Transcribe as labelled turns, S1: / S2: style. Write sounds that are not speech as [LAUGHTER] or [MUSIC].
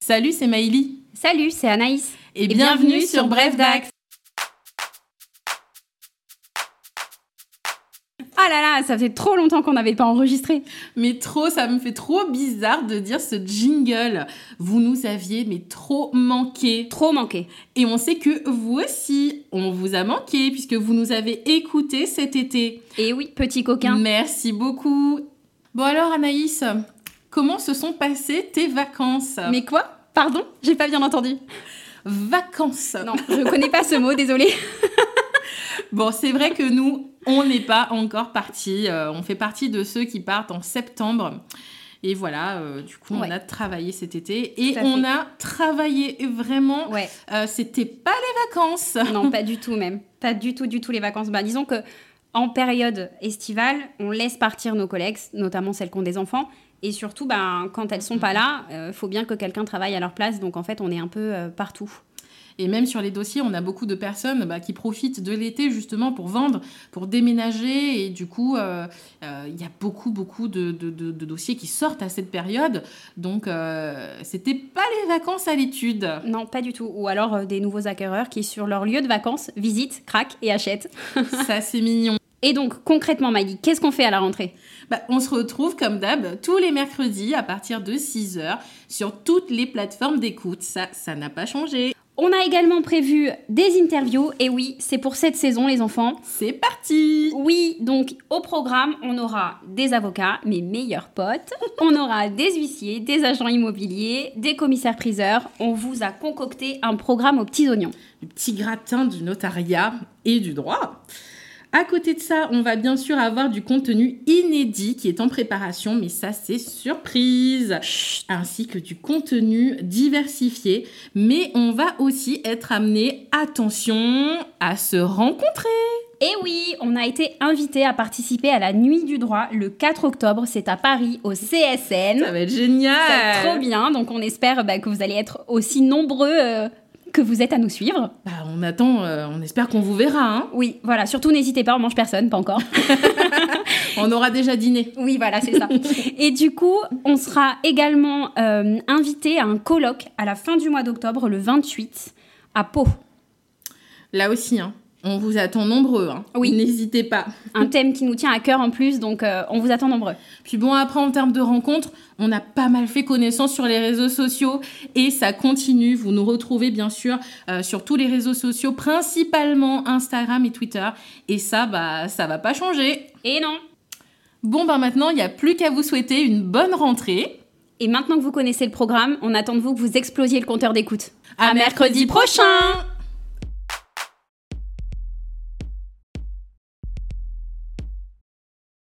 S1: Salut, c'est Maïli.
S2: Salut, c'est Anaïs.
S1: Et, bienvenue, sur Bref d'Axe.
S2: Ah là là, ça faisait trop longtemps qu'on n'avait pas enregistré.
S1: Mais trop, ça me fait trop bizarre de dire ce jingle. Vous nous aviez, mais trop manqué.
S2: Trop manqué.
S1: Et on sait que vous aussi, on vous a manqué puisque vous nous avez écouté cet été.
S2: Et Eh oui, petit coquin.
S1: Merci beaucoup. Bon alors Anaïs, comment se sont passées tes vacances
S2: Mais quoi Pardon J'ai pas bien entendu.
S1: Vacances.
S2: Euh, Non, je connais pas ce mot, désolé.
S1: Bon, c'est vrai que nous, on n'est pas encore partis. Euh, on fait partie de ceux qui partent en septembre. Et voilà, euh, du coup,
S2: Ouais.
S1: on a travaillé cet été et
S2: Tout à
S1: on
S2: fait.
S1: a travaillé et vraiment.
S2: [LAUGHS] Ouais.
S1: euh, C'était pas les vacances.
S2: Non, pas du tout même. Pas du tout, du tout les vacances. Bah, disons que en période estivale, on laisse partir nos collègues, notamment celles qui ont des enfants. Et surtout, ben, quand elles sont pas là, euh, faut bien que quelqu'un travaille à leur place. Donc en fait, on est un peu euh, partout.
S1: Et même sur les dossiers, on a beaucoup de personnes bah, qui profitent de l'été justement pour vendre, pour déménager. Et du coup, euh, euh, il y a beaucoup, beaucoup de, de- de- de dossiers qui sortent à cette période. Donc, euh, c'était pas les vacances à
S2: [LAUGHS]
S1: l'étude.
S2: Non, pas du tout. Ou alors euh, des nouveaux acquéreurs qui, sur leur lieu de vacances, visitent, craquent et achètent.
S1: Ça, c'est mignon.
S2: Et donc, concrètement, Maggie, qu'est-ce qu'on fait à la rentrée
S1: Bah, on se retrouve comme d'hab tous les mercredis à partir de 6h sur toutes les plateformes d'écoute. Ça, ça n'a pas changé.
S2: On a également prévu des interviews. Et oui, c'est pour cette saison, les enfants.
S1: C'est parti
S2: Oui, donc au programme, on aura des avocats, mes meilleurs potes. On aura des huissiers, des agents immobiliers, des commissaires-priseurs. On vous a concocté un programme aux petits oignons.
S1: Le petit gratin du notariat et du droit. À côté de ça, on va bien sûr avoir du contenu inédit qui est en préparation, mais ça c'est surprise, ainsi que du contenu diversifié. Mais on va aussi être amené, attention, à se rencontrer.
S2: Et oui, on a été invité à participer à la Nuit du droit le 4 octobre. C'est à Paris, au CSN.
S1: Ça va être génial.
S2: Ça va être trop bien. Donc on espère bah, que vous allez être aussi nombreux euh, que vous êtes à nous suivre.
S1: Bah, on attend, euh, on espère qu'on vous verra. Hein.
S2: Oui, voilà. Surtout n'hésitez pas, on mange personne, pas encore. [LAUGHS]
S1: On aura déjà dîné.
S2: Oui, voilà, c'est ça. Et du coup, on sera également euh, invité à un colloque à la fin du mois d'octobre, le 28, à Pau.
S1: Là aussi, hein, on vous attend nombreux. hein.
S2: Oui.
S1: N'hésitez pas.
S2: Un thème qui nous tient à cœur en plus, donc euh, on vous attend nombreux.
S1: Puis bon, après, en termes de rencontres, on a pas mal fait connaissance sur les réseaux sociaux et ça continue. Vous nous retrouvez bien sûr euh, sur tous les réseaux sociaux, principalement Instagram et Twitter. Et ça, bah, ça va pas changer.
S2: Et non
S1: Bon, bah maintenant, il n'y a plus qu'à vous souhaiter une bonne rentrée.
S2: Et maintenant que vous connaissez le programme, on attend de vous que vous explosiez le compteur d'écoute. À mercredi prochain